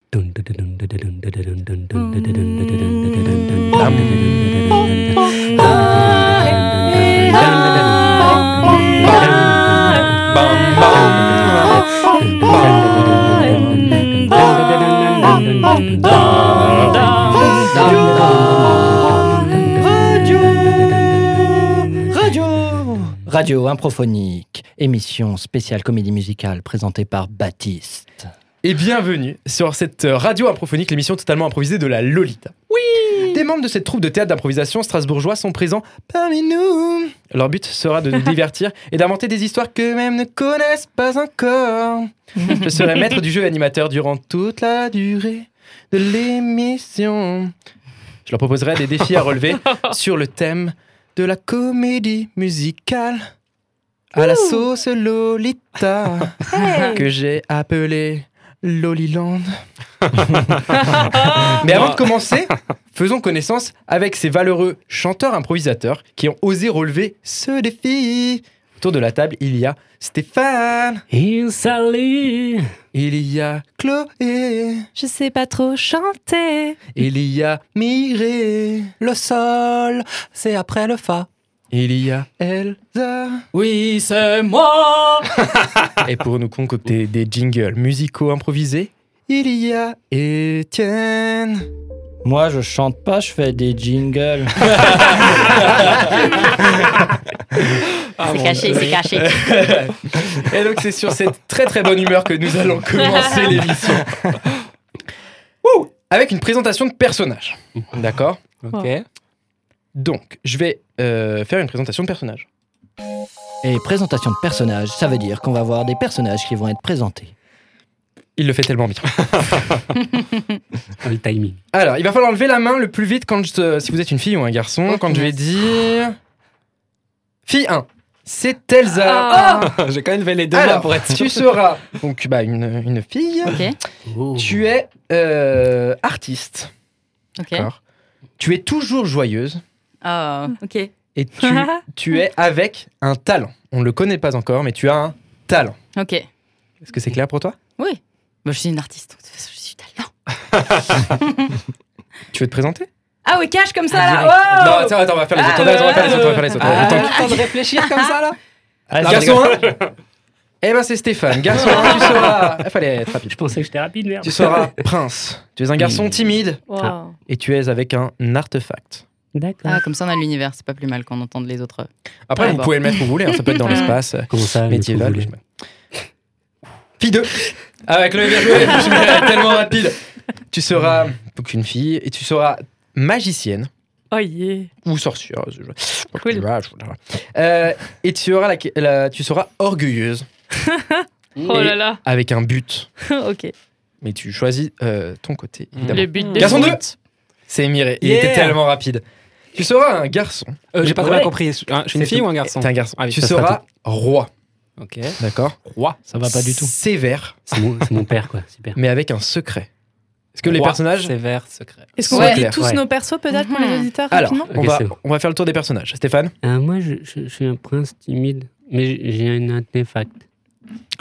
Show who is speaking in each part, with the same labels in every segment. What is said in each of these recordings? Speaker 1: Oh,
Speaker 2: Radio Radio Improphonique, émission spéciale comédie musicale présentée par Baptiste.
Speaker 3: Et bienvenue sur cette euh, radio improphonique, l'émission totalement improvisée de la Lolita. Oui Des membres de cette troupe de théâtre d'improvisation strasbourgeois sont présents parmi nous. Leur but sera de nous divertir et d'inventer des histoires qu'eux-mêmes ne connaissent pas encore. Je serai maître du jeu animateur durant toute la durée de l'émission. Je leur proposerai des défis à relever sur le thème de la comédie musicale à la sauce Lolita que j'ai appelée Loliland. Mais avant de commencer, faisons connaissance avec ces valeureux chanteurs improvisateurs qui ont osé relever ce défi. Autour de la table, il y a Stéphane,
Speaker 1: Il salit.
Speaker 3: il y a Chloé,
Speaker 4: Je sais pas trop chanter.
Speaker 3: il y a Mireille,
Speaker 2: Le sol, c'est après le fa.
Speaker 3: il y a Elsa.
Speaker 1: Oui, c'est moi.
Speaker 3: Et pour nous concocter des jingles musicaux improvisés, il y a Étienne.
Speaker 2: Moi, je chante pas, je fais des jingles.
Speaker 5: C'est caché, c'est caché.
Speaker 3: Et donc c'est sur cette très très bonne humeur que nous allons commencer l'émission. Wouh Avec une présentation de personnages. D'accord
Speaker 4: Ok.
Speaker 3: Donc, je vais euh, faire une présentation de personnages.
Speaker 2: Et présentation de personnages, ça veut dire qu'on va voir des personnages qui vont être présentés.
Speaker 3: Il le fait tellement bien.
Speaker 1: Le timing.
Speaker 3: Alors, il va falloir lever la main le plus vite quand je- si vous êtes une fille ou un garçon, quand je vais dire... Fille 1, c'est
Speaker 5: Euh,
Speaker 3: Elsa.
Speaker 5: oh.
Speaker 4: Ah,
Speaker 1: J'ai quand même levé les deux
Speaker 3: Alors, tu seras donc bah, une, une fille.
Speaker 5: Ok,
Speaker 1: Oh.
Speaker 3: Tu es euh, artiste.
Speaker 5: ok.
Speaker 3: D'accord. Tu es toujours joyeuse
Speaker 5: Ah, ok.
Speaker 3: et tu, tu es avec un talent. On ne le connaît pas encore, mais tu as un talent.
Speaker 5: Ok.
Speaker 3: Est-ce que c'est clair pour toi
Speaker 5: Oui. Bah, je suis une artiste, donc de toute façon, je suis talent.
Speaker 3: Tu veux te présenter
Speaker 5: Ah oui, cache comme ça là.
Speaker 3: Non,
Speaker 5: wow
Speaker 3: attends, attends, on va faire les
Speaker 5: Ah,
Speaker 3: autres. Attends, on va faire les
Speaker 5: euh,
Speaker 3: autres, on va faire les autres.
Speaker 2: Ah,
Speaker 3: Attends.
Speaker 2: le temps de réfléchir comme ça là
Speaker 3: Non, Garçon 1 Eh ben, c'est Stéphane. Garçon 1, tu seras. Il fallait être rapide.
Speaker 1: Je pensais que j'étais rapide, merde.
Speaker 3: Tu seras prince. Hmm. Tu es un garçon timide
Speaker 4: Wow.
Speaker 3: et tu es avec un artefact.
Speaker 1: D'accord.
Speaker 5: Ah, comme ça on a l'univers, c'est pas plus mal qu'on entende les autres.
Speaker 3: Après,
Speaker 5: Ouais,
Speaker 3: vous
Speaker 5: bon.
Speaker 3: pouvez le mettre où vous voulez, hein, ça peut être dans l'espace.
Speaker 1: Comment ça le
Speaker 3: médiéval.
Speaker 1: coup, vous
Speaker 3: je sais pas. Fille 2 Avec le Ah bien joué, je suis tellement rapide. Tu seras donc une fille et tu seras magicienne
Speaker 4: Oh yeah.
Speaker 3: ou sorcière. je- je-
Speaker 4: Cool.
Speaker 3: je- je- Euh, et tu seras, la, la- tu seras orgueilleuse
Speaker 4: Oh là là.
Speaker 3: avec un but.
Speaker 4: ok.
Speaker 3: Mais tu choisis euh, ton côté, évidemment.
Speaker 4: Le but de.
Speaker 3: Garçon 2 C'est Miré, il
Speaker 6: Yeah.
Speaker 3: était tellement rapide. Tu seras un garçon.
Speaker 6: Euh, J'ai pas très
Speaker 1: Ouais.
Speaker 6: bien compris. Je je suis une
Speaker 3: C'est
Speaker 6: fille
Speaker 3: tout.
Speaker 6: ou un garçon
Speaker 3: T'es un garçon.
Speaker 6: Ah oui,
Speaker 3: tu
Speaker 6: ça sera
Speaker 3: seras roi,
Speaker 6: Ok.
Speaker 3: d'accord
Speaker 6: Roi.
Speaker 1: Ça va pas du tout.
Speaker 3: Sévère,
Speaker 1: C'est mon, c'est mon père, quoi. Super.
Speaker 3: mais avec un secret. Est-ce que les
Speaker 6: Roi,
Speaker 3: personnages
Speaker 6: Sévère, secret.
Speaker 4: Est-ce qu'on
Speaker 3: Ouais.
Speaker 4: va dire
Speaker 3: Claire,
Speaker 4: tous
Speaker 1: ouais.
Speaker 4: nos persos peut-être pour les
Speaker 5: Mhm.
Speaker 4: auditeurs
Speaker 3: Alors,
Speaker 4: rapidement
Speaker 3: on,
Speaker 1: Ok,
Speaker 3: va,
Speaker 1: c'est bon.
Speaker 3: on va faire le tour des personnages. Stéphane,
Speaker 1: Euh, moi, je, je- je suis un prince timide, mais j'ai- j'ai un artefact.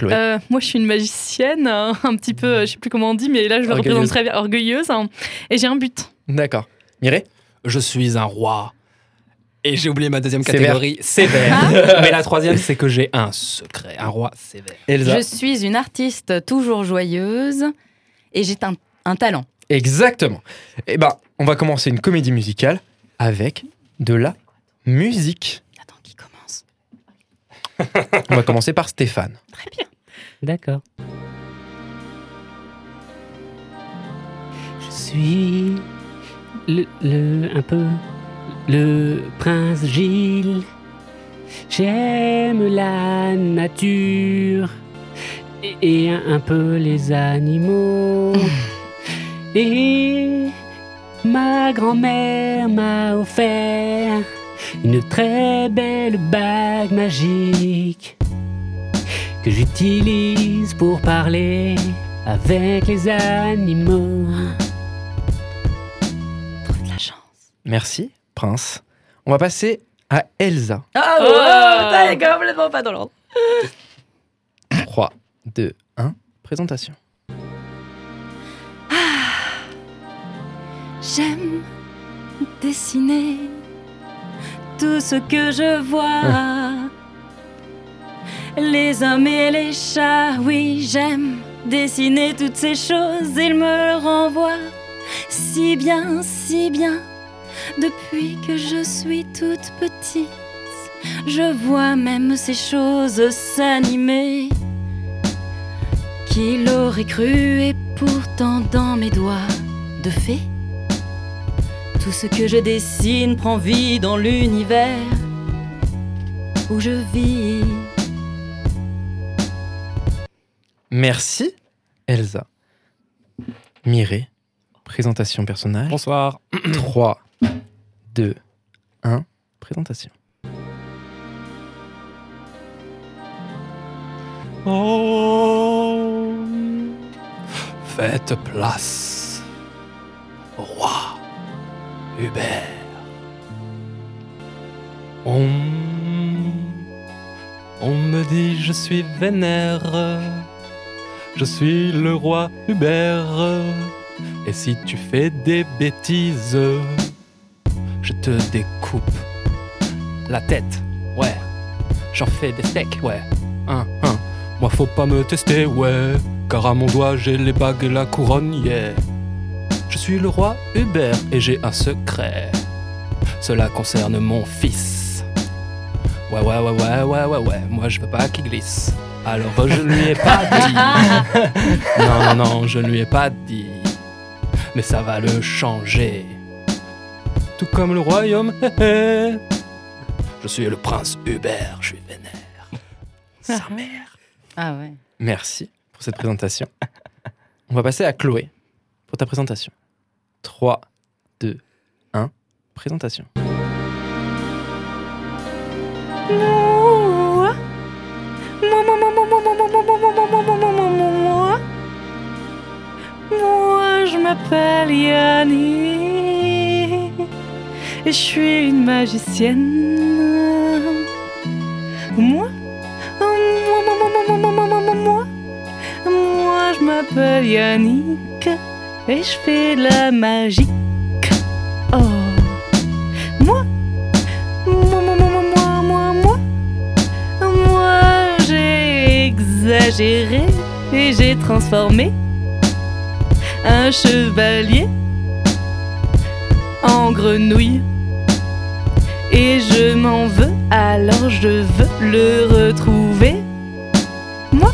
Speaker 3: ouais. Mm.
Speaker 4: Euh, moi, je suis une magicienne, euh, un petit peu, euh, je sais plus comment on dit, mais là, je le
Speaker 3: Orgueilleuse.
Speaker 4: représente très bien, orgueilleuse. hein. et j'ai un but.
Speaker 3: d'accord. Mireille
Speaker 6: Je suis un roi. Et j'ai oublié ma deuxième
Speaker 3: Sévère.
Speaker 6: catégorie, sévère. Ah. Mais la troisième, c'est que j'ai un secret, un roi sévère.
Speaker 3: Elsa.
Speaker 5: Je suis une artiste toujours joyeuse et j'ai un, un talent.
Speaker 3: Exactement. Eh ben, on va commencer une comédie musicale avec de la musique.
Speaker 5: Attends, qui commence
Speaker 3: On va commencer par Stéphane.
Speaker 1: D'accord. Je suis le, le- un peu le prince Gilles. J'aime la nature et, et un, un peu les animaux. Et ma grand-mère m'a offert une très belle bague magique que j'utilise pour parler avec les animaux.
Speaker 5: Trouve de la chance.
Speaker 3: Merci, Prince. On va passer à Elsa.
Speaker 5: Ah
Speaker 4: wow, t'as
Speaker 5: complètement pas dans l'ordre.
Speaker 3: 3, 2, 1, présentation.
Speaker 5: Ah, J'aime dessiner tout ce que je vois. Les hommes et les chats, oui, j'aime dessiner toutes ces choses. Ils me renvoient si bien, si bien. Depuis que je suis toute petite, je vois même ces choses s'animer. Qui l'aurait cru et pourtant dans mes doigts de fée tout ce que je dessine prend vie dans l'univers où je vis.
Speaker 3: Merci, Elsa. Miré, présentation personnage.
Speaker 6: Bonsoir.
Speaker 3: 3, 2, 1, présentation.
Speaker 6: Oh. Faites place. Roi Hubert. On, on me dit je suis vénère. Je suis le roi Hubert. Et si tu fais des bêtises, je te découpe la tête. Ouais. J'en fais des steaks. Ouais. Hein, hein. Moi faut pas me tester, ouais. Car à mon doigt j'ai les bagues et la couronne, yeah. Je suis le roi Hubert et j'ai un secret. Cela concerne mon fils. Ouais, ouais, ouais, ouais, ouais, ouais, ouais. Moi je veux pas qu'il glisse. Alors euh, je ne lui ai pas dit. non, non, non, je ne lui ai pas dit. Mais ça va le changer. Tout comme le royaume. hé, hé. Je suis le prince Hubert, je suis vénère. Sa
Speaker 4: Ah.
Speaker 6: mère.
Speaker 5: Ah ouais.
Speaker 3: Merci pour cette présentation. On va passer à Chloé pour ta présentation. 3, 2, 1, présentation.
Speaker 4: Moi, moi, moi, moi, moi, moi, moi, moi, moi, moi, moi, moi, moi, moi, moi, moi. Moi, je m'appelle Yannick et je suis une magicienne. Moi, moi, moi, moi, moi, moi, moi, moi, moi, moi. Moi, je m'appelle Yannick et je fais de la magie. Oh, moi, moi, moi, moi, moi, moi, moi. Moi, j'ai exagéré et j'ai transformé un chevalier en grenouille. Et je m'en veux, alors je veux le retrouver. Moi,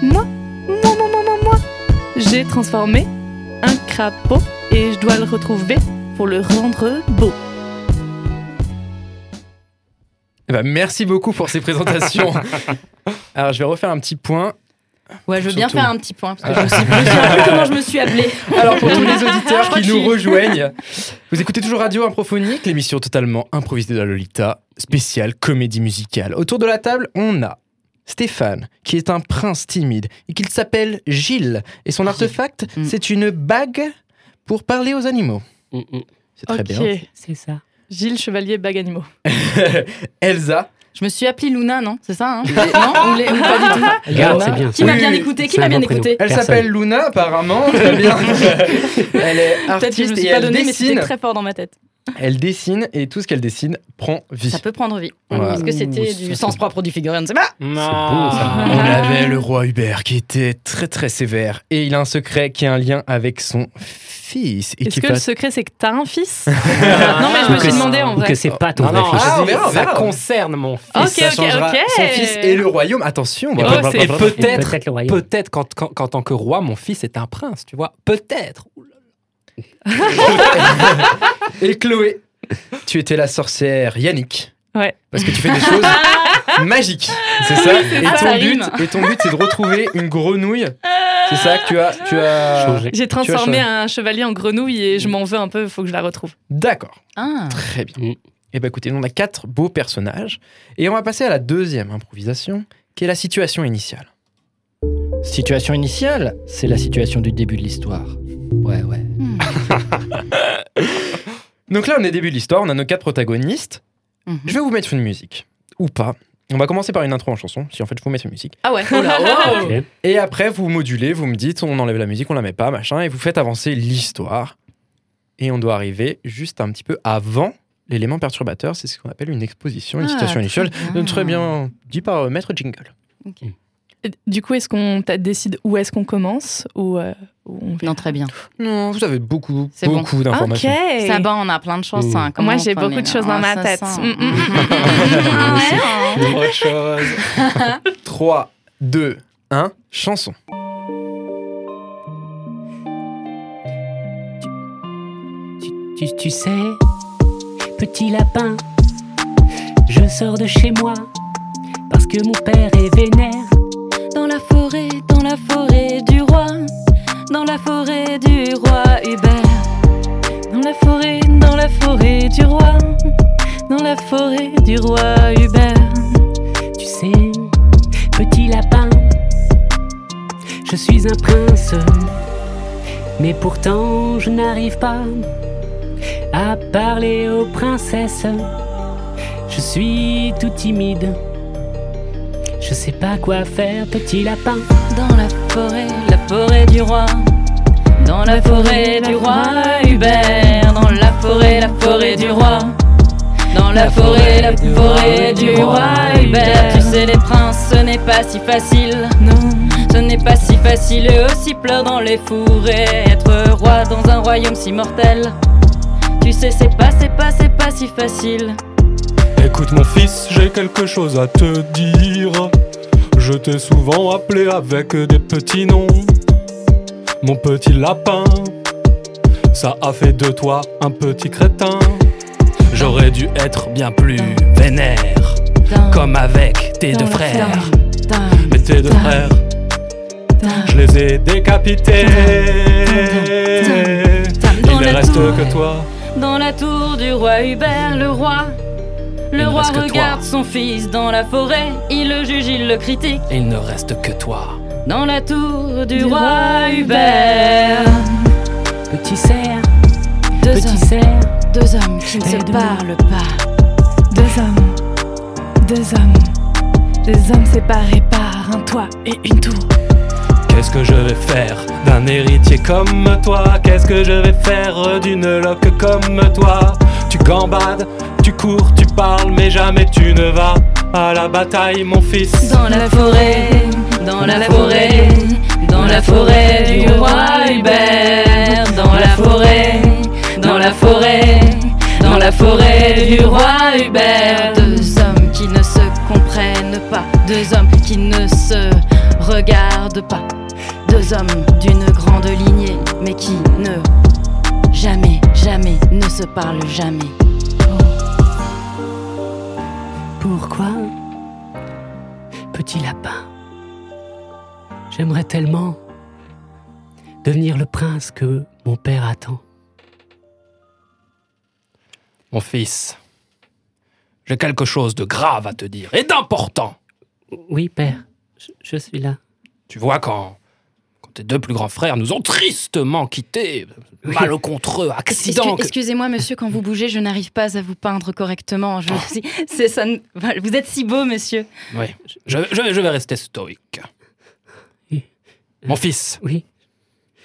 Speaker 4: moi, moi, moi, moi, moi, moi. J'ai transformé un crapaud et je dois le retrouver pour le rendre beau.
Speaker 3: Eh ben, merci beaucoup pour ces présentations. Alors je vais refaire un petit point.
Speaker 5: Ouais, je veux bien
Speaker 3: Surtout.
Speaker 5: faire un petit point parce que je me suis- je me souviens plus comment je me suis appelée.
Speaker 3: Alors pour tous les auditeurs
Speaker 5: crois
Speaker 3: qui
Speaker 5: que
Speaker 3: nous
Speaker 5: je-
Speaker 3: rejoignent, vous écoutez toujours Radio Improphonique, l'émission totalement improvisée de la Lolita, spéciale comédie musicale. Autour de la table, on a Stéphane, qui est un prince timide et qu'il s'appelle Gilles. Et son artefact,
Speaker 5: Mm.
Speaker 3: c'est une bague pour parler aux animaux.
Speaker 1: Mm, mm.
Speaker 3: C'est très bien.
Speaker 4: Ok,
Speaker 1: C'est ça.
Speaker 4: Gilles Chevalier Bague Animaux.
Speaker 3: Elsa,
Speaker 5: Je me suis appelée Luna, non C'est ça hein Ou les- Non Ou les- ou pas du tout
Speaker 1: Regarde,
Speaker 3: Yana,
Speaker 1: c'est bien.
Speaker 5: Qui
Speaker 1: ça.
Speaker 5: m'a bien
Speaker 3: Oui,
Speaker 5: écouté Qui
Speaker 1: c'est
Speaker 5: m'a
Speaker 1: un
Speaker 5: bien
Speaker 1: bon prénom.
Speaker 5: écouté
Speaker 3: elle
Speaker 1: Personne.
Speaker 3: s'appelle Luna apparemment, très bien. elle est
Speaker 4: Peut-être que je
Speaker 3: artiste
Speaker 4: me
Speaker 3: et
Speaker 4: suis pas
Speaker 3: elle
Speaker 4: donné, mais
Speaker 3: dessine.
Speaker 4: c'était très fort dans ma tête.
Speaker 3: Elle dessine et tout ce qu'elle dessine prend vie.
Speaker 5: Ça peut prendre vie.
Speaker 3: Voilà.
Speaker 5: Parce que c'était
Speaker 3: Ouh,
Speaker 5: du
Speaker 3: ça,
Speaker 5: sens propre du figurine, c'est pas
Speaker 1: Non.
Speaker 3: On avait le roi Hubert qui était très très sévère et il a un secret qui a un lien avec son fils et
Speaker 4: Est-ce
Speaker 3: qui
Speaker 4: que le
Speaker 3: passe.
Speaker 4: secret, c'est que t'as un fils Non, mais je me
Speaker 1: Ou
Speaker 4: suis
Speaker 1: que
Speaker 4: demandé en
Speaker 1: Ou
Speaker 4: vrai.
Speaker 1: que c'est pas ton
Speaker 6: non, non,
Speaker 1: vrai fils.
Speaker 3: ah,
Speaker 6: je
Speaker 3: on
Speaker 6: dis,
Speaker 3: verra, on
Speaker 6: ça
Speaker 3: verra.
Speaker 6: concerne mon fils.
Speaker 4: Ok,
Speaker 6: ça
Speaker 4: ok,
Speaker 6: changera.
Speaker 4: ok.
Speaker 3: Son fils et le royaume, attention.
Speaker 6: Et
Speaker 3: moi.
Speaker 4: Oh,
Speaker 6: peut-
Speaker 4: c'est-
Speaker 6: et peut-être,
Speaker 1: Peut-être le royaume.
Speaker 6: peut-être qu'en qu'en- qu'en tant que roi, mon fils est un prince, tu vois. Peut-être.
Speaker 3: Et Chloé, tu étais la sorcière Yannick.
Speaker 4: Ouais.
Speaker 3: Parce que tu fais des choses magiques. C'est ça. et,
Speaker 5: ça, ça
Speaker 3: ton
Speaker 5: rime.
Speaker 3: but, et ton but, c'est de retrouver une grenouille. C'est ça que tu as. Tu as...
Speaker 1: Changer.
Speaker 4: J'ai
Speaker 3: Tu
Speaker 4: transformé
Speaker 3: as
Speaker 4: un chevalier en grenouille et je m'en veux un peu, il faut que je la retrouve.
Speaker 3: D'accord.
Speaker 5: Ah
Speaker 3: Très bien.
Speaker 1: Mm.
Speaker 3: Et ben écoutez, on a quatre beaux personnages. Et on va passer à la deuxième improvisation, qui est la situation initiale.
Speaker 2: Situation initiale, c'est la situation du début de l'histoire. Ouais, ouais.
Speaker 5: Hmm.
Speaker 3: Donc là, on est début de l'histoire, on a nos quatre protagonistes.
Speaker 5: Mhm.
Speaker 3: Je vais vous mettre une musique. Ou pas. On va commencer par une intro en chanson, si en fait je vous mets une musique.
Speaker 5: Ah ouais, oh là, wow.
Speaker 1: Ok.
Speaker 3: Et après, vous modulez, vous me dites, on enlève la musique, on la met pas, machin, et vous faites avancer l'histoire. et on doit arriver juste un petit peu avant l'élément perturbateur. C'est ce qu'on appelle une exposition, une
Speaker 4: Ah,
Speaker 3: situation
Speaker 4: très
Speaker 3: initiale.
Speaker 4: bien.
Speaker 3: Très bien dit par euh, Maître Jingle.
Speaker 7: Et Du coup, est-ce qu'on t'a- décide où est-ce qu'on commence ou, euh, ou on fait
Speaker 5: Non, très bien.
Speaker 3: Non, vous avez beaucoup,
Speaker 5: C'est bon.
Speaker 3: beaucoup
Speaker 7: Ok.
Speaker 3: d'informations.
Speaker 5: Ça va, on a plein de choses.
Speaker 1: Mmh.
Speaker 5: hein, comment
Speaker 7: Moi,
Speaker 5: on
Speaker 7: j'ai
Speaker 5: prenait,
Speaker 7: beaucoup de
Speaker 5: là
Speaker 7: choses dans
Speaker 5: Ah,
Speaker 7: ma
Speaker 5: ça
Speaker 7: tête.
Speaker 5: sent.
Speaker 7: Mm, mm,
Speaker 5: Ah ouais, hein.
Speaker 6: Autre chose.
Speaker 3: 3, 2, 1, chanson.
Speaker 1: Tu, tu sais, petit lapin, je sors de chez moi parce que mon père est vénère.
Speaker 5: Dans la forêt, dans la forêt du roi, dans la forêt du roi Hubert. Dans la forêt, dans la forêt du roi, dans la forêt du roi Hubert.
Speaker 1: Tu sais, petit lapin, je suis un prince, mais pourtant je n'arrive pas à parler aux princesses. Je suis tout timide, je sais pas quoi faire, petit lapin.
Speaker 5: Dans la forêt, la forêt du roi. Dans la forêt du roi Hubert. Dans la forêt, la forêt du roi. Dans la forêt, la forêt du roi Hubert. Tu sais, les princes, ce n'est pas si facile. Non, ce n'est pas si facile. Eux aussi pleurent dans les fourrés. Être roi dans un royaume si mortel. Tu sais, c'est pas, c'est pas, c'est pas si facile.
Speaker 6: Écoute mon fils, j'ai quelque chose à te dire. Je t'ai souvent appelé avec des petits noms. Mon petit lapin, ça a fait de toi un petit crétin. J'aurais dû être bien plus vénère, comme avec tes deux frères. Mais tes deux frères, je les ai décapités. Il
Speaker 5: Dans
Speaker 6: ne
Speaker 5: la
Speaker 6: reste
Speaker 5: tour.
Speaker 6: que toi.
Speaker 5: Dans la tour du roi Hubert, le roi.
Speaker 6: Il
Speaker 5: Le
Speaker 6: ne
Speaker 5: roi
Speaker 6: reste que
Speaker 5: regarde son fils dans la forêt, il le juge, il le critique.
Speaker 6: Il ne reste que toi.
Speaker 5: Dans la tour du, roi Hubert.
Speaker 1: Petit cerf,
Speaker 4: Deux
Speaker 1: petit
Speaker 4: hommes,
Speaker 1: cerf,
Speaker 4: deux hommes qui ne
Speaker 1: Et
Speaker 4: se
Speaker 1: deux.
Speaker 4: parlent pas.
Speaker 7: Deux hommes, deux hommes, deux hommes séparés par un toit et une tour.
Speaker 6: Qu'est-ce que je vais faire d'un héritier comme toi Qu'est-ce que je vais faire d'une loque comme toi Tu gambades, tu cours, tu parles, mais jamais tu ne vas à la bataille, mon fils.
Speaker 5: Dans la forêt, dans la forêt, dans la forêt du roi Hubert. Dans la forêt, dans la forêt, dans la forêt du roi Hubert. Deux hommes qui ne se comprennent pas, deux hommes qui ne se regardent pas, deux hommes d'une grande lignée, mais qui ne jamais, jamais ne se parlent jamais.
Speaker 1: pourquoi Petit lapin, j'aimerais tellement devenir le prince que mon père attend.
Speaker 6: Mon fils, j'ai quelque chose de grave à te dire et d'important.
Speaker 1: Oui, père, je- je suis là.
Speaker 6: Tu vois, quand, quand tes deux plus grands frères nous ont tristement quittés, mal contre eux, accident. que-
Speaker 5: Excusez-moi, monsieur, quand vous bougez, je n'arrive pas à vous peindre correctement.
Speaker 1: Ah.
Speaker 5: Je, c'est- c'est, ça, ne- enfin, vous êtes si beau, monsieur.
Speaker 6: Ouais, je, je vais- je vais rester stoïque.
Speaker 1: Oui.
Speaker 6: Mon fils,
Speaker 1: Oui,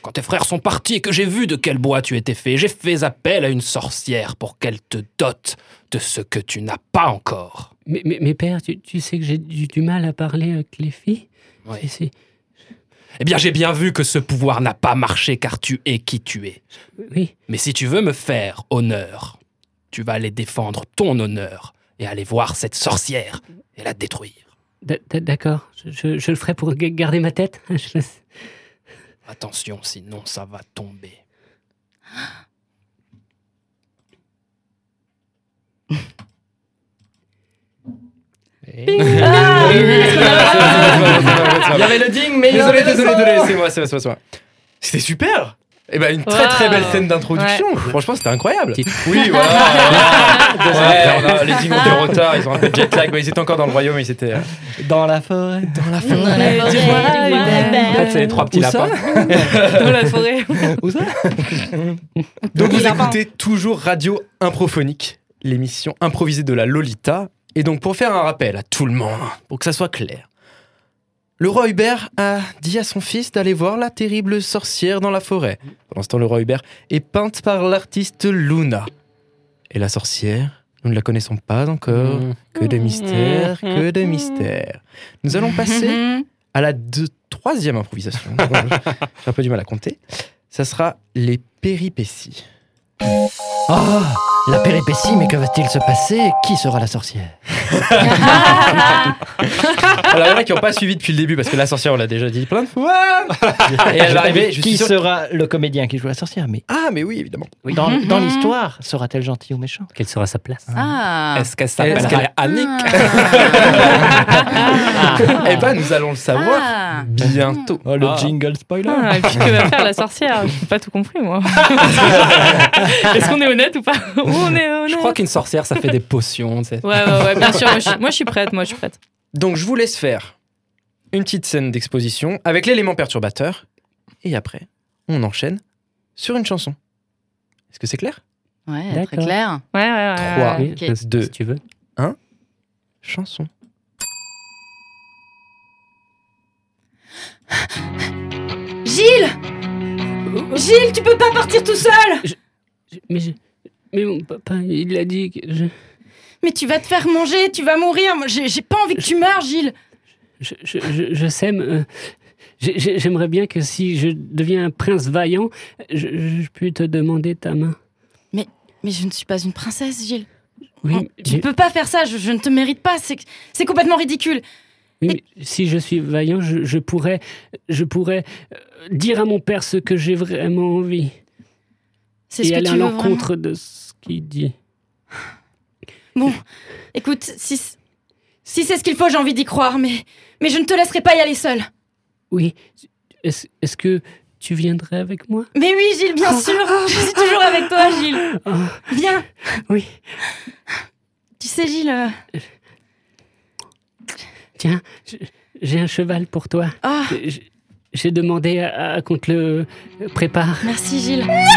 Speaker 6: Quand tes frères sont partis et que j'ai vu de quel bois tu étais fait, j'ai fait appel à une sorcière pour qu'elle te dote de ce que tu n'as pas encore.
Speaker 1: mais, mais, mais père, tu, tu sais que j'ai du, du mal à parler avec les filles.
Speaker 6: Oui.
Speaker 1: C'est- c'est-
Speaker 6: Eh bien, j'ai bien vu que ce pouvoir n'a pas marché car tu es qui tu es.
Speaker 1: oui,
Speaker 6: Mais si tu veux me faire honneur, tu vas aller défendre ton honneur et aller voir cette sorcière et la détruire.
Speaker 1: d'a- d'a- d'accord. Je, je- je le ferai pour ga- garder ma tête. Je le-
Speaker 6: Attention, sinon ça va tomber.
Speaker 3: Ah, Il y avait le ding, mais désolé, désolé, désolé, c'est moi, c'est moi, c'est moi, c'est moi. C'était super. Et ben une très très belle scène d'introduction. Franchement, c'était incroyable.
Speaker 1: Petite-
Speaker 3: Oui, voilà. Ouais, on a- les dings ont du retard, ils ont un peu de jet lag, mais ils étaient encore dans le royaume, ils étaient euh,
Speaker 2: Dans la forêt.
Speaker 3: dans la
Speaker 5: Dans la forêt, du roi Hubert.
Speaker 1: ben.
Speaker 3: fait, c'est les trois petits
Speaker 2: Où ça
Speaker 3: lapins.
Speaker 4: Dans la forêt.
Speaker 3: Donc vous
Speaker 4: Il a pas-
Speaker 3: écoutez toujours Radio Improphonique, l'émission improvisée de la Lolita. Et donc pour faire un rappel à tout le monde, pour que ça soit clair, Le roi Hubert a dit à son fils d'aller voir la terrible sorcière dans la forêt. Pendant ce temps, le roi Hubert est peinte par l'artiste Luna. Et la sorcière, nous ne la connaissons pas encore. Que
Speaker 4: Mm-hmm.
Speaker 3: de mystères, que de mystères. Nous allons passer
Speaker 1: Mhm.
Speaker 3: à la deux- troisième improvisation. J'ai un peu du mal à compter. Ça sera les péripéties.
Speaker 2: Oh, la péripétie, mais que va-t-il se passer Qui sera la sorcière
Speaker 3: Alors, il y en a qui n'ont pas suivi depuis le début parce que la sorcière, on l'a déjà dit plein de fois. Et elle va arriver. Je suis
Speaker 2: Qui
Speaker 3: sûr-
Speaker 2: sera le comédien qui joue la sorcière Mais
Speaker 3: Ah, mais oui, évidemment.
Speaker 2: dans, dans l'histoire, sera-t-elle gentille ou méchante
Speaker 1: Quelle sera sa place
Speaker 4: Ah.
Speaker 6: Est-ce qu'elle
Speaker 3: Est-ce
Speaker 6: s'appellera
Speaker 3: qu'elle-
Speaker 6: Annick
Speaker 3: Eh ben, nous allons le savoir
Speaker 4: Ah.
Speaker 3: bientôt.
Speaker 2: Oh,
Speaker 6: le
Speaker 2: jingle spoiler
Speaker 4: Ah, et puis que va faire la sorcière J'ai pas tout compris moi. Est-ce qu'on est honnête ou pas On est honnête.
Speaker 6: Je crois qu'une sorcière, ça fait des potions. tu sais.
Speaker 4: Ouais, ouais, ouais, bien sûr. Moi je, suis- moi, je suis prête. Moi, je suis prête.
Speaker 3: Donc je vous laisse faire une petite scène d'exposition avec l'élément perturbateur et après on enchaîne sur une chanson. Est-ce que c'est clair
Speaker 5: Ouais, très
Speaker 1: D'accord.
Speaker 5: clair.
Speaker 4: Ouais, ouais, ouais.
Speaker 3: Trois.
Speaker 4: ouais.
Speaker 1: Oui,
Speaker 5: ok.
Speaker 1: si-
Speaker 3: Deux.
Speaker 1: Si tu veux.
Speaker 3: Chanson.
Speaker 5: Gilles Gilles, tu peux pas partir tout seul
Speaker 1: Mais, mais mon papa, il a dit que je,
Speaker 5: Mais tu vas te faire manger, tu vas mourir. Moi, J'ai j'ai pas envie que tu meurs, Gilles.
Speaker 1: je, je, je, je sème. euh, j'ai- j'ai- J'aimerais bien que si je deviens un prince vaillant, je, je puis te demander ta main.
Speaker 5: Mais je ne suis pas une princesse, Gilles.
Speaker 1: Oui,
Speaker 5: On- tu
Speaker 1: mais-
Speaker 5: peux pas faire ça, je, je ne te mérite pas, c'est c'est complètement ridicule.
Speaker 1: oui, mais si je suis vaillant, je, je pourrais, je pourrais euh, dire à mon père ce que j'ai vraiment envie
Speaker 5: C'est ce
Speaker 1: et
Speaker 5: que
Speaker 1: aller à
Speaker 5: tu veux vraiment.
Speaker 1: l'encontre de ce qu'il dit.
Speaker 5: Bon, écoute, si, c- si c'est ce qu'il faut, j'ai envie d'y croire, mais, mais je ne te laisserai pas y aller seule.
Speaker 1: Oui, est-ce est-ce que tu viendrais avec moi
Speaker 5: Mais oui, Gilles, bien sûr, je suis toujours avec toi, Gilles.
Speaker 1: Ah,
Speaker 5: Viens.
Speaker 1: Oui.
Speaker 5: Tu sais, Gilles, euh,
Speaker 1: Tiens, je- j'ai un cheval pour toi.
Speaker 5: ah,
Speaker 1: J'ai- J'ai demandé à, à qu'on te le prépare.
Speaker 5: merci, Gilles.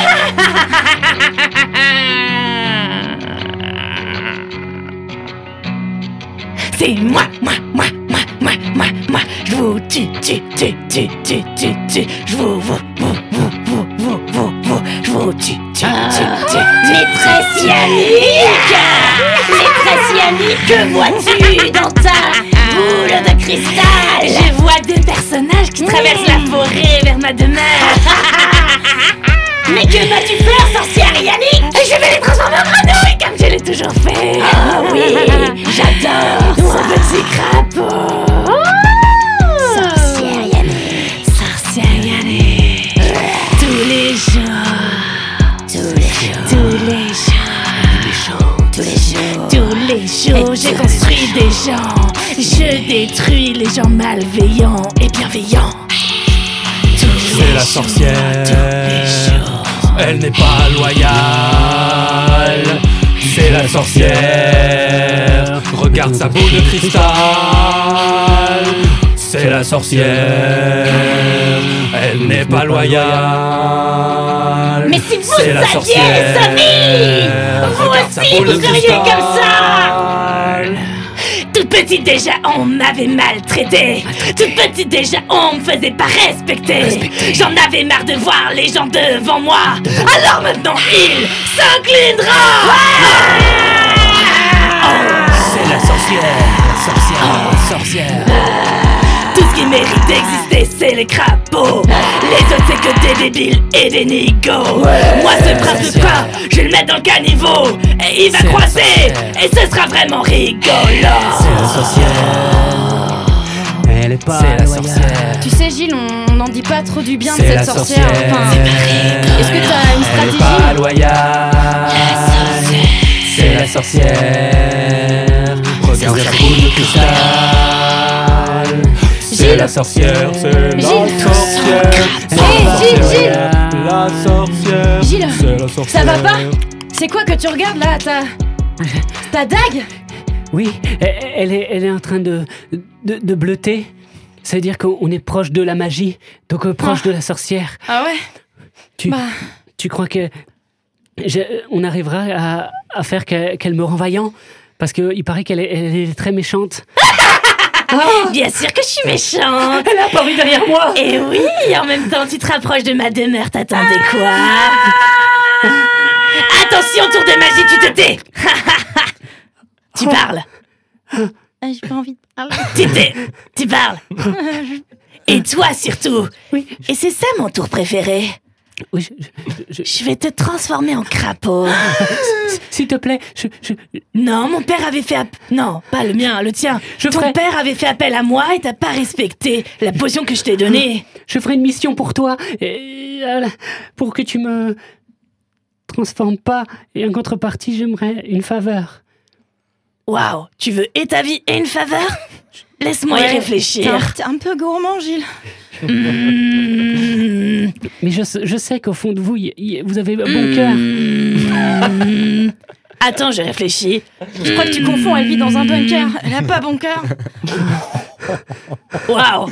Speaker 1: C'est moi, moi, moi, moi, moi, moi, moi. Je vous tue, tue, tue, tue, tue, tue, tue. Je vous, vous, vous, vous, vous, vous, vous, vous. Je vous tue, tue, tue, tue, tue.
Speaker 8: Maîtresse Yannick Maîtresse Yannick, que vois-tu dans ta boule de cristal Je vois deux personnages qui traversent la forêt vers ma demeure. Mais que vas-tu faire, sorcière Yannick Je vais les transformer en grenouilles comme je l'ai toujours fait. Ah oui, j'adore Mon petit crapaud Sorcière Yannick Sorcière Yannick Tous les jours tous les jours, tous les jours, tous les jours, tous les jours, j'ai construit des gens, je détruis les gens malveillants et bienveillants.
Speaker 6: C'est la sorcière. Elle n'est pas loyale. C'est la sorcière. Regarde sa boule de cristal. C'est la sorcière. Elle n'est pas loyale.
Speaker 8: Mais si vous
Speaker 6: C'est la
Speaker 8: saviez
Speaker 6: sorcière.
Speaker 8: sa vie, vous
Speaker 6: Regarde sa
Speaker 8: aussi
Speaker 6: boule de
Speaker 8: vous seriez
Speaker 6: cristal.
Speaker 8: comme ça. Toute petite déjà, on m'avait maltraité. Toute petite déjà, on me faisait pas respecter. J'en avais marre de voir les gens devant moi. Alors maintenant, il s'inclinera.
Speaker 6: Oh, C'est la sorcière. Sorcière. Sorcière.
Speaker 8: Tout ce qui mérite d'exister, c'est les crapauds. Les autres, c'est que des débiles et des nigauds. Moi, ce prince de pain, je vais le mettre dans le caniveau. Et il va croiser, et ce sera vraiment rigolo.
Speaker 6: La sorcière. Elle est pas C'est la sorcière.
Speaker 5: Tu sais, Gilles, on n'en dit pas trop du bien de
Speaker 6: C'est
Speaker 5: cette
Speaker 6: la
Speaker 5: sorcière.
Speaker 6: sorcière.
Speaker 5: Enfin,
Speaker 6: C'est
Speaker 5: Est-ce que t'as une
Speaker 6: Elle est pas
Speaker 5: stratégie
Speaker 6: loyale. C'est la sorcière. Regarde sa boule de cristal. C'est
Speaker 5: Gilles.
Speaker 6: la sorcière. C'est la
Speaker 5: Gilles.
Speaker 6: sorcière. C'est
Speaker 5: Hey,
Speaker 6: la
Speaker 5: Gilles,
Speaker 6: sorcière.
Speaker 5: Gilles.
Speaker 6: La sorcière.
Speaker 5: Gilles,
Speaker 6: C'est la sorcière.
Speaker 5: va pas C'est quoi que tu regardes là Ta, ta dague
Speaker 1: Oui, elle- elle est, elle est en train de, de, de bleuter. C'est-à-dire qu'on on est proche de la magie, donc euh, proche de la sorcière.
Speaker 5: Ah ouais
Speaker 1: Tu,
Speaker 5: Bah.
Speaker 1: tu crois que je- on arrivera à, à faire qu'elle qu'elle me rend vaillant Parce qu'il paraît qu'elle est, elle est très méchante.
Speaker 8: Bien sûr que je suis méchante.
Speaker 1: Elle a apparu derrière moi.
Speaker 8: Et oui, en même temps, tu te rapproches de ma demeure, t'attendais quoi
Speaker 1: Ah.
Speaker 8: Attention, tour de magie, tu te tais Tu parles,
Speaker 5: Ah, J'ai pas envie de parler.
Speaker 8: tu tais, tu parles. Et toi surtout.
Speaker 5: Oui.
Speaker 8: Et c'est ça mon tour préféré.
Speaker 1: Oui, je-
Speaker 8: Je vais te transformer en crapaud.
Speaker 1: S'il te plaît, je, je,
Speaker 8: Non, mon père avait fait app- non, pas le mien, le tien.
Speaker 1: Je
Speaker 8: Ton
Speaker 1: ferai-
Speaker 8: père avait fait appel à moi et t'as pas respecté la potion que je t'ai donnée.
Speaker 1: je ferai une mission pour toi, et, euh, pour que tu me transformes pas. Et en contrepartie, j'aimerais une faveur.
Speaker 8: Waouh, tu veux et ta vie et une faveur Laisse-moi y
Speaker 5: Ouais, T'es un,
Speaker 8: réfléchir.
Speaker 5: t'es un peu gourmand, Gilles.
Speaker 8: Mmh.
Speaker 1: Mais je, sais- je sais qu'au fond de vous, y- y- vous avez un bon cœur.
Speaker 8: Mmh. Attends, je réfléchis.
Speaker 9: Je crois que tu confonds, elle vit dans un bunker. Elle a pas bon cœur.
Speaker 8: Waouh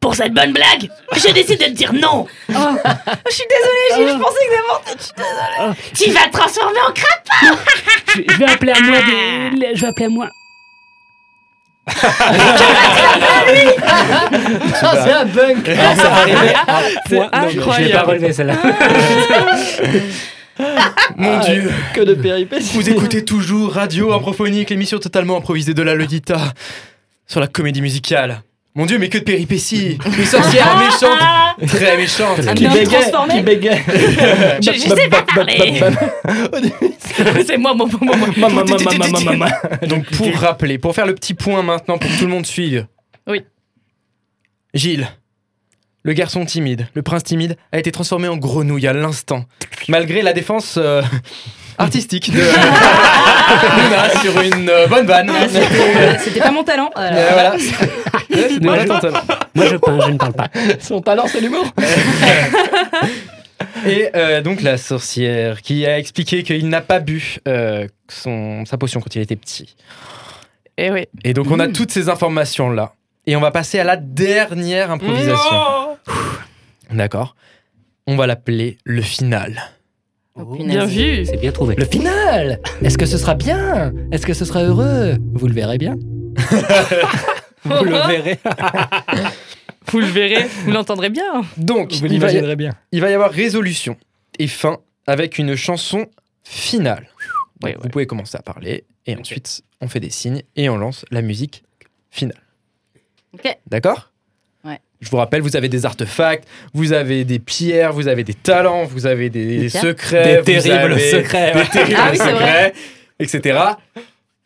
Speaker 8: Pour cette bonne blague, je décide de te dire non.
Speaker 1: Oh.
Speaker 9: Je suis désolée, Gilles, je pensais que d'abord.
Speaker 1: Oh.
Speaker 8: Tu vas te transformer en crapaud.
Speaker 1: Je, je vais appeler à moi. des- je vais appeler à moi.
Speaker 2: c'est un bug
Speaker 6: Alors, ça arrivait à point. Non, mais-
Speaker 1: Je vais pas relever celle-là.
Speaker 3: Mon dieu.
Speaker 2: Que de péripéties
Speaker 3: Vous écoutez toujours Radio Improphonique, l'émission totalement improvisée de la Lolita sur la comédie musicale. Mon dieu, mais que de péripéties Une sorcière méchante Très méchante
Speaker 2: Qui
Speaker 9: homme
Speaker 2: bégaye,
Speaker 9: transformé.
Speaker 2: qui bégaye
Speaker 8: Je, je sais pas parler. C'est moi, mon moment.
Speaker 2: Maman, maman, maman, maman.
Speaker 3: Donc pour rappeler, pour faire le petit point maintenant, pour que tout le monde suive.
Speaker 4: Oui.
Speaker 3: Gilles, le garçon timide, le prince timide, a été transformé en grenouille à l'instant, malgré la défense euh, artistique de Luna sur une euh, bonne vanne.
Speaker 5: Ah,
Speaker 9: C'était pas mon
Speaker 5: Oh
Speaker 9: talent.
Speaker 3: Euh, voilà.
Speaker 1: Moi, je- Moi, je peins, je ne parle pas.
Speaker 2: Son talent, c'est l'humour
Speaker 3: Et euh, donc la sorcière qui a expliqué qu'il n'a pas bu euh, son, sa potion quand il était petit.
Speaker 4: Et Eh oui. Mm.
Speaker 3: Et donc on a toutes ces informations là. Et on va passer à la dernière improvisation. D'accord. On va l'appeler le final.
Speaker 5: Oh,
Speaker 4: Bien vu.
Speaker 1: C'est bien trouvé.
Speaker 2: Le final Est-ce que ce sera bien Est-ce que ce sera heureux Vous le verrez bien.
Speaker 1: Vous le verrez.
Speaker 4: Vous le verrez, vous l'entendrez bien.
Speaker 3: Donc
Speaker 2: Vous
Speaker 3: il va, y,
Speaker 2: l'imaginerez bien.
Speaker 3: il va y avoir résolution et fin avec une chanson finale. Donc,
Speaker 4: Ouais,
Speaker 3: Vous pouvez commencer à parler et ensuite on fait des signes et on lance la musique finale.
Speaker 5: Ok.
Speaker 3: D'accord
Speaker 5: Ouais.
Speaker 3: Je vous rappelle, vous avez des artefacts, vous avez des pierres, vous avez des talents, vous avez des,
Speaker 5: Des pierres
Speaker 3: secrets, vous avez-
Speaker 1: secrets.
Speaker 3: des terribles
Speaker 9: Ah oui, c'est
Speaker 3: secrets, etc.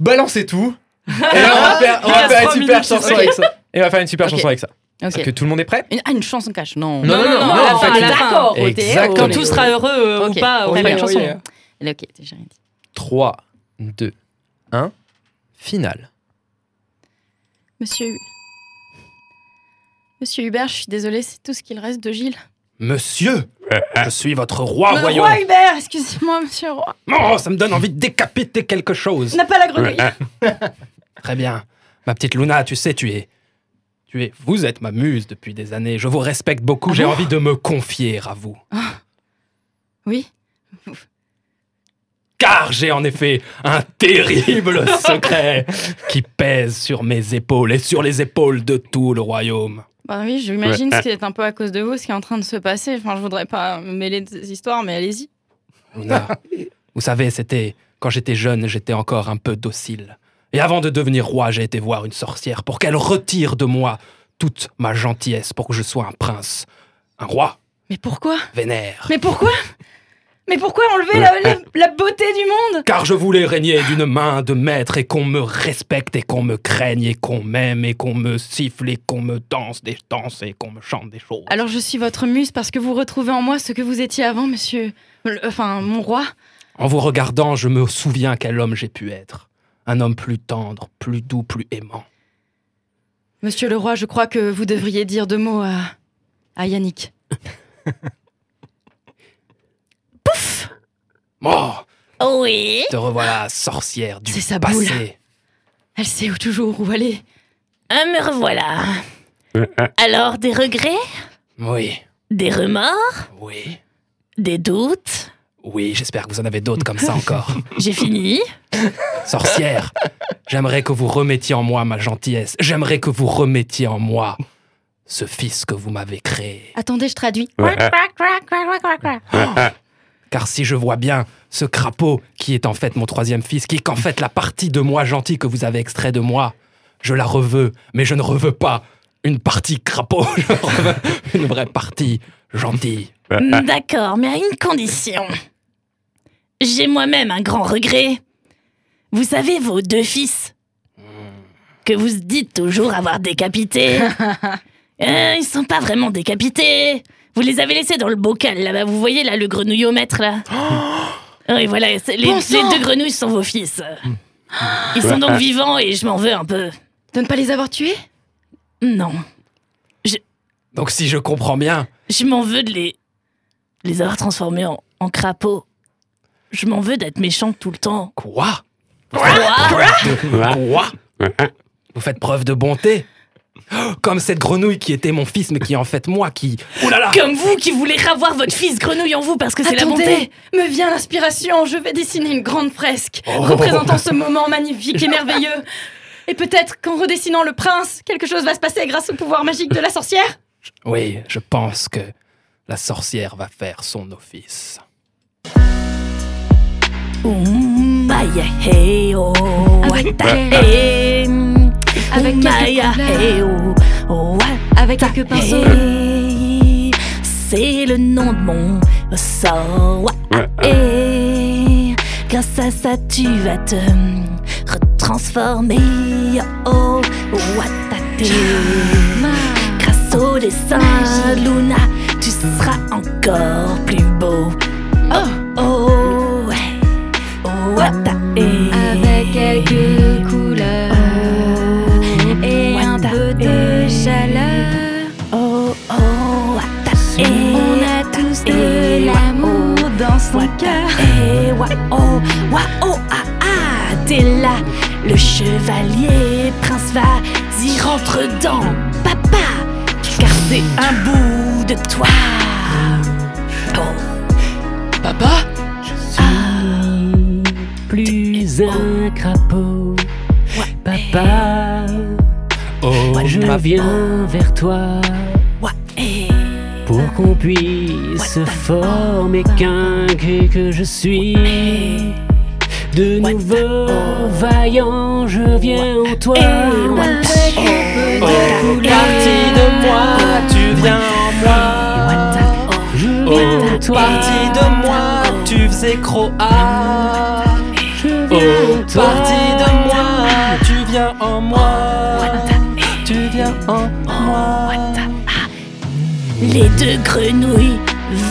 Speaker 3: Balancez tout. Et là, on va faire, on
Speaker 4: Il
Speaker 3: va
Speaker 4: reste
Speaker 3: faire
Speaker 4: trois
Speaker 3: une super
Speaker 4: minutes,
Speaker 3: chanson
Speaker 4: ok.
Speaker 3: avec ça. Et on va faire une super
Speaker 5: Ok.
Speaker 3: chanson avec ça. Est-ce
Speaker 5: Ok.
Speaker 3: que tout le monde est prêt
Speaker 5: Une, ah, une chanson cache, non.
Speaker 3: Non, non, non, non,
Speaker 5: Ah,
Speaker 3: en fait,
Speaker 5: à la
Speaker 3: une-
Speaker 5: fin.
Speaker 3: d'accord. Exactement.
Speaker 4: Quand tout sera heureux euh,
Speaker 5: Ok,
Speaker 4: ou pas, on
Speaker 5: très
Speaker 4: fera
Speaker 5: bien.
Speaker 4: une chanson.
Speaker 5: Là, ok, j'ai rien dit.
Speaker 3: 3, 2, 1, finale.
Speaker 9: Monsieur. Hu- Monsieur Hubert, je suis désolée, c'est tout ce qu'il reste de Gilles.
Speaker 6: Monsieur, je suis votre roi,
Speaker 3: Ah,
Speaker 9: le
Speaker 6: voyons.
Speaker 9: roi Hubert, excusez-moi, monsieur roi.
Speaker 6: Oh, ça me donne envie de décapiter quelque chose.
Speaker 9: N'a pas la grenouille.
Speaker 6: Très bien. Ma petite Luna, tu sais, tu es. Tu es. Vous êtes ma muse depuis des années. Je vous respecte beaucoup. J'ai envie de me confier à vous.
Speaker 9: Oui.
Speaker 6: Car j'ai en effet un terrible secret qui pèse sur mes épaules et sur les épaules de tout le royaume.
Speaker 9: Bah oui, j'imagine ce qui est un peu à cause de vous, ce qui est en train de se passer. Enfin, je voudrais pas me mêler de ces histoires, mais allez-y.
Speaker 6: Luna, vous savez, c'était. Quand j'étais jeune, j'étais encore un peu docile. Et avant de devenir roi, j'ai été voir une sorcière pour qu'elle retire de moi toute ma gentillesse pour que je sois un prince, un roi
Speaker 9: Mais pourquoi
Speaker 6: vénère.
Speaker 9: Mais pourquoi Mais pourquoi enlever la, la- la beauté du monde
Speaker 6: Car je voulais régner d'une main de maître et qu'on me respecte et qu'on me craigne et qu'on m'aime et qu'on me siffle et qu'on me danse des danses et qu'on me chante des choses.
Speaker 9: Alors je suis votre muse parce que vous retrouvez en moi ce que vous étiez avant, monsieur. Le- Enfin, mon roi.
Speaker 6: En vous regardant, je me souviens quel homme j'ai pu être. Un homme plus tendre, plus doux, plus aimant.
Speaker 9: Monsieur le roi, je crois que vous devriez dire deux mots à, à Yannick.
Speaker 6: Oh,
Speaker 8: Oui.
Speaker 6: te revoilà, sorcière du
Speaker 9: C'est sa boule.
Speaker 6: passé.
Speaker 9: Elle sait où toujours où aller.
Speaker 8: Ah, me revoilà. Alors, des regrets
Speaker 6: Oui,
Speaker 8: Des remords
Speaker 6: oui,
Speaker 8: Des doutes
Speaker 6: Oui, j'espère que vous en avez d'autres comme ça encore.
Speaker 5: J'ai fini.
Speaker 6: Sorcière, j'aimerais que vous remettiez en moi ma gentillesse. J'aimerais que vous remettiez en moi ce fils que vous m'avez créé.
Speaker 5: Attendez, je traduis.
Speaker 6: Ouais. Car si je vois bien ce crapaud qui est en fait mon troisième fils, qui est en fait la partie de moi gentille que vous avez extrait de moi, je la reveux, mais je ne reveux pas une partie crapaud, je reveux une vraie partie gentille.
Speaker 8: D'accord, mais à une condition. J'ai moi-même un grand regret. Vous savez, vos deux fils, que vous dites toujours avoir décapités, Euh, ils sont pas vraiment décapités. Vous les avez laissés dans le bocal, là-bas. Vous voyez, là, le grenouillomètre, là. Oui, voilà, c'est- les,
Speaker 5: Bon
Speaker 8: les
Speaker 5: sang
Speaker 8: deux grenouilles sont vos fils. Ils sont donc vivants et je m'en veux un peu.
Speaker 5: De ne pas les avoir tués
Speaker 8: Non,
Speaker 6: Donc si je comprends bien,
Speaker 8: je m'en veux de les, les avoir transformés en, en crapauds. Je m'en veux d'être méchante tout le temps.
Speaker 6: Quoi Quoi Vous faites preuve de bonté Comme cette grenouille qui était mon fils, mais qui est en fait moi, qui... Ouh là là
Speaker 8: Comme vous qui voulez ravoir votre fils grenouille en vous parce que c'est la
Speaker 5: Attendez,
Speaker 8: bonté.
Speaker 5: me vient l'inspiration. Je vais dessiner une grande fresque représentant ce moment magnifique et merveilleux. Et peut-être qu'en redessinant le prince, quelque chose va se passer grâce au pouvoir magique de la sorcière.
Speaker 6: Oui, je pense que la sorcière va faire son office.
Speaker 8: Maya hey oh,
Speaker 10: Avec
Speaker 8: what the- hey,
Speaker 10: Avec
Speaker 8: Maya
Speaker 10: quelques
Speaker 8: hey oh, oh, what
Speaker 4: Avec quelques
Speaker 8: the-
Speaker 4: pinceaux.
Speaker 8: hey. C'est le nom de mon sort. what the- hey. Grâce à ça, tu vas te retransformer. Oh, what the- Grâce au dessin de Luna, tu seras encore plus beau. Oh, oh, ouais. Oh, what the-
Speaker 4: Avec quelques couleurs et un peu de chaleur.
Speaker 8: Oh, oh, what the-
Speaker 4: On a tous de l'amour dans son cœur.
Speaker 8: Eh, wa- oh, wa- oh, ah, ah, t'es là. Le chevalier prince va y rentre dans papa, car c'est un bout de toi. Oh,
Speaker 10: Papa
Speaker 1: plus un crapaud. Papa,
Speaker 6: Oh,
Speaker 1: je viens vers toi pour qu'on puisse former qu'un que- que je suis. De nouveau vaillant, je viens en toi.
Speaker 10: Oh,
Speaker 1: Partie de moi, tu viens en moi. Je viens en toi. Partie de moi, tu faisais croa. Oh, partie de moi, tu viens en moi. Tu viens en moi.
Speaker 8: les deux grenouilles,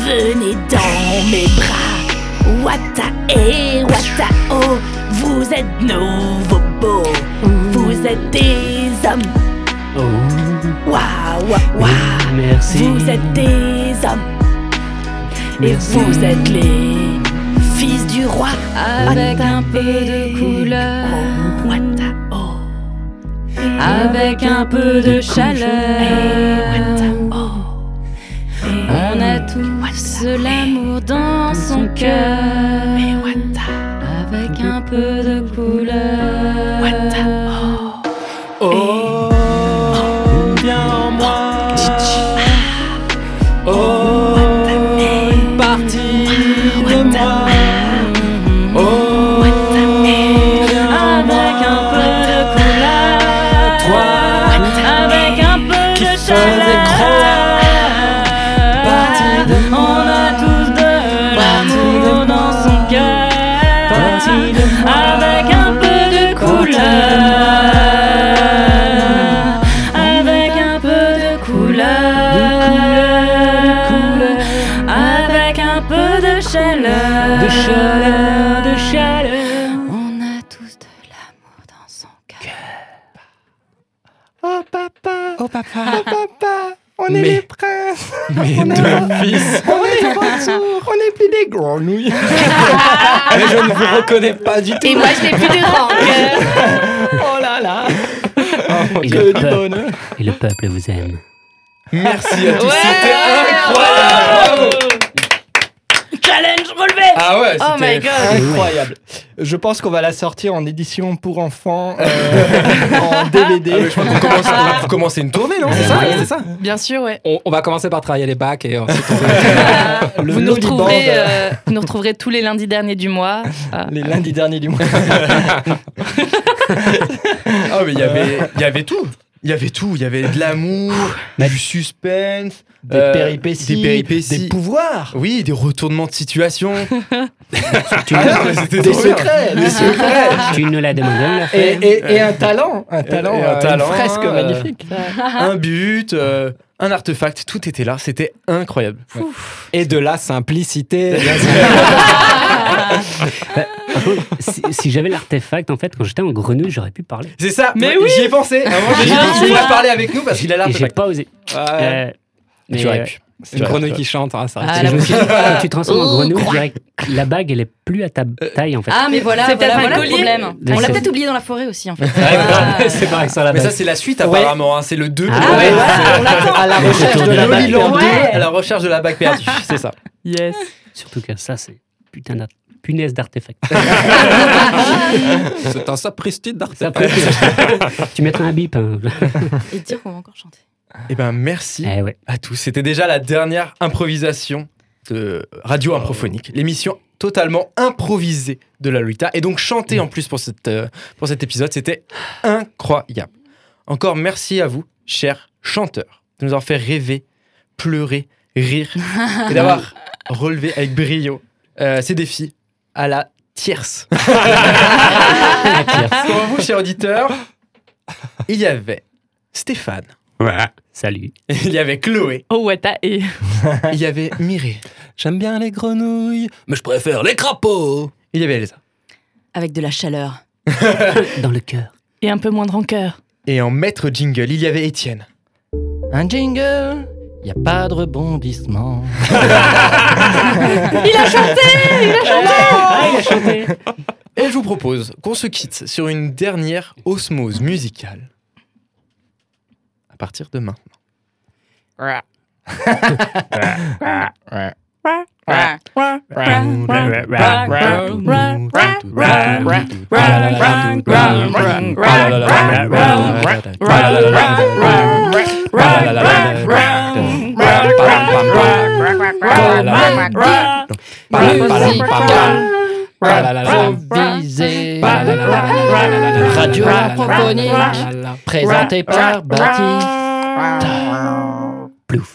Speaker 8: venez dans mes bras. Wata et wata oh, vous êtes nouveaux beaux, vous êtes des hommes.
Speaker 4: Oh.
Speaker 8: Waouh, waouh, waouh.
Speaker 1: Merci.
Speaker 8: Vous êtes des hommes et vous êtes les fils du roi.
Speaker 4: Avec un peu de couleur.
Speaker 8: Oh,
Speaker 4: Avec un peu de chaleur.
Speaker 8: oh.
Speaker 4: On a tous l'amour dans son cœur. Avec un peu de couleur.
Speaker 1: Oh, viens en moi.
Speaker 4: Ah.
Speaker 1: Oh, une partie de moi. Oh, viens en moi.
Speaker 4: Avec un peu de couleur. Avec un peu de chaleur. On a tous de l'amour dans son cœur. Avec un peu de couleur. Avec un peu de couleur. Avec un peu de chaleur.
Speaker 1: De chaleur, de chaleur.
Speaker 4: On a tous de l'amour dans son cœur.
Speaker 2: Oh papa Oh papa Oh papa On est
Speaker 6: Mais-
Speaker 2: les princes
Speaker 6: mais
Speaker 2: On est
Speaker 6: deux
Speaker 2: re-
Speaker 6: fils.
Speaker 2: On est de retour On n'est plus des grenouilles
Speaker 6: Mais je ne vous reconnais pas du tout
Speaker 5: Et moi, je n'ai plus de rancœur.
Speaker 2: Oh là là Oh,
Speaker 1: Et
Speaker 2: que
Speaker 1: le
Speaker 2: du
Speaker 1: peuple.
Speaker 2: bonheur
Speaker 1: Et le peuple vous aime.
Speaker 2: Merci à tous,
Speaker 5: Ouais.
Speaker 2: c'était incroyable
Speaker 8: Challenge relevé.
Speaker 2: Ah
Speaker 3: Ah ouais,
Speaker 4: Oh my
Speaker 3: c'était
Speaker 4: God.
Speaker 3: incroyable.
Speaker 2: Je pense qu'on va la sortir en édition pour enfants, euh, en DVD.
Speaker 3: Ah, mais je crois qu'on commence, on va commencer une tournée, non C'est ça, c'est ça
Speaker 4: Bien sûr, ouais.
Speaker 6: On, on va commencer par travailler les bacs et ensuite on
Speaker 2: Le
Speaker 4: Vous nous,
Speaker 2: Loliband,
Speaker 4: retrouverez,
Speaker 2: euh,
Speaker 4: euh, vous nous retrouverez tous les lundis derniers du mois. euh,
Speaker 2: Les lundis derniers du mois.
Speaker 3: Ah mais il y avait, il y avait tout. Il y avait tout. Il y avait de l'amour, du suspense,
Speaker 2: Des
Speaker 3: euh,
Speaker 2: péripéties,
Speaker 3: des péripéties.
Speaker 2: des pouvoirs.
Speaker 3: Oui, des retournements de situation. Ah non, mais c'était
Speaker 2: Des
Speaker 3: trop bien.
Speaker 2: secrets.
Speaker 3: Des secrets.
Speaker 1: Tu nous l'as demandé, on l'a
Speaker 2: Et,
Speaker 1: fait.
Speaker 2: et- et un talent, un talent,
Speaker 3: Et un
Speaker 2: euh, une
Speaker 3: talent,
Speaker 2: fresque
Speaker 3: euh,
Speaker 2: magnifique.
Speaker 3: un but, euh, un artefact, tout était là, c'était incroyable.
Speaker 6: Et de la simplicité.
Speaker 1: si si j'avais l'artefact, en fait, quand j'étais en grenouille, j'aurais pu parler.
Speaker 3: C'est ça,
Speaker 4: Mais
Speaker 3: moi,
Speaker 4: oui.
Speaker 3: j'y ai pensé. À un moment, j'ai dit,
Speaker 4: Ah,
Speaker 3: il
Speaker 4: c'est
Speaker 3: va
Speaker 4: ça.
Speaker 3: parler avec nous parce qu'il a
Speaker 1: Et J'ai
Speaker 3: l'artefact.
Speaker 1: pas osé.
Speaker 3: Ouais.
Speaker 1: Euh, mais,
Speaker 6: aurais
Speaker 1: euh,
Speaker 6: pu. Une grenouille qui chante, hein, ça reste-
Speaker 1: je me suis dit, quand tu te transformes en
Speaker 5: Oh,
Speaker 1: grenouille,
Speaker 5: croix.
Speaker 1: je dirais que la bague, elle est plus à ta taille, en fait.
Speaker 5: Ah, mais voilà,
Speaker 4: C'est
Speaker 5: voilà,
Speaker 4: peut-être un
Speaker 5: voilà le
Speaker 4: collier.
Speaker 5: problème.
Speaker 1: Des
Speaker 5: On l'a
Speaker 1: choses.
Speaker 5: peut-être oublié dans la forêt aussi, en fait.
Speaker 1: c'est pareil sur la
Speaker 3: Ah, Mais
Speaker 1: bague.
Speaker 3: ça, c'est la suite apparemment, hein, c'est le 2.
Speaker 1: Ah,
Speaker 3: Ouais.
Speaker 1: ouais,
Speaker 3: C'est-
Speaker 5: On l'attend.
Speaker 2: À la recherche de la
Speaker 3: Loli
Speaker 2: bague
Speaker 3: Land
Speaker 2: perdue.
Speaker 3: 2, à la recherche de la bague perdue, c'est ça.
Speaker 4: Yes.
Speaker 1: Surtout que ça, c'est putain d'art- punaise d'artefact.
Speaker 6: C'est un sapristi
Speaker 1: Ça,
Speaker 6: d'artefact.
Speaker 1: après, tu- tu mettras un bip. hein.
Speaker 5: Et dire qu'on va encore chanter.
Speaker 3: Eh ben merci
Speaker 1: Eh ouais.
Speaker 3: à tous. C'était déjà la dernière improvisation de Radio Improphonique, l'émission totalement improvisée de la Lolita et donc chantée en plus pour, cette, euh, pour cet épisode. C'était incroyable. Encore merci à vous, chers chanteurs, de nous avoir fait rêver, pleurer, rire et d'avoir relevé avec brio euh, ces défis à la tierce. Pour vous, chers auditeurs, il y avait Stéphane.
Speaker 1: Salut.
Speaker 3: Il y avait Chloé,
Speaker 4: Oh, Wata et.
Speaker 3: il y avait Mireille,
Speaker 6: J'aime bien les grenouilles, mais je préfère les crapauds.
Speaker 3: il y avait Elsa.
Speaker 5: Avec de la chaleur.
Speaker 1: Dans le cœur.
Speaker 4: Et un peu moins de rancœur.
Speaker 3: Et en maître jingle, il y avait Étienne.
Speaker 2: Un jingle, y a pas de rebondissement.
Speaker 1: Ah, il a chanté.
Speaker 3: Et je vous propose qu'on se quitte sur une dernière osmose musicale. À partir de maintenant.
Speaker 2: Improvisé. Radio improphonique, présenté par Baptiste.
Speaker 1: Plouf.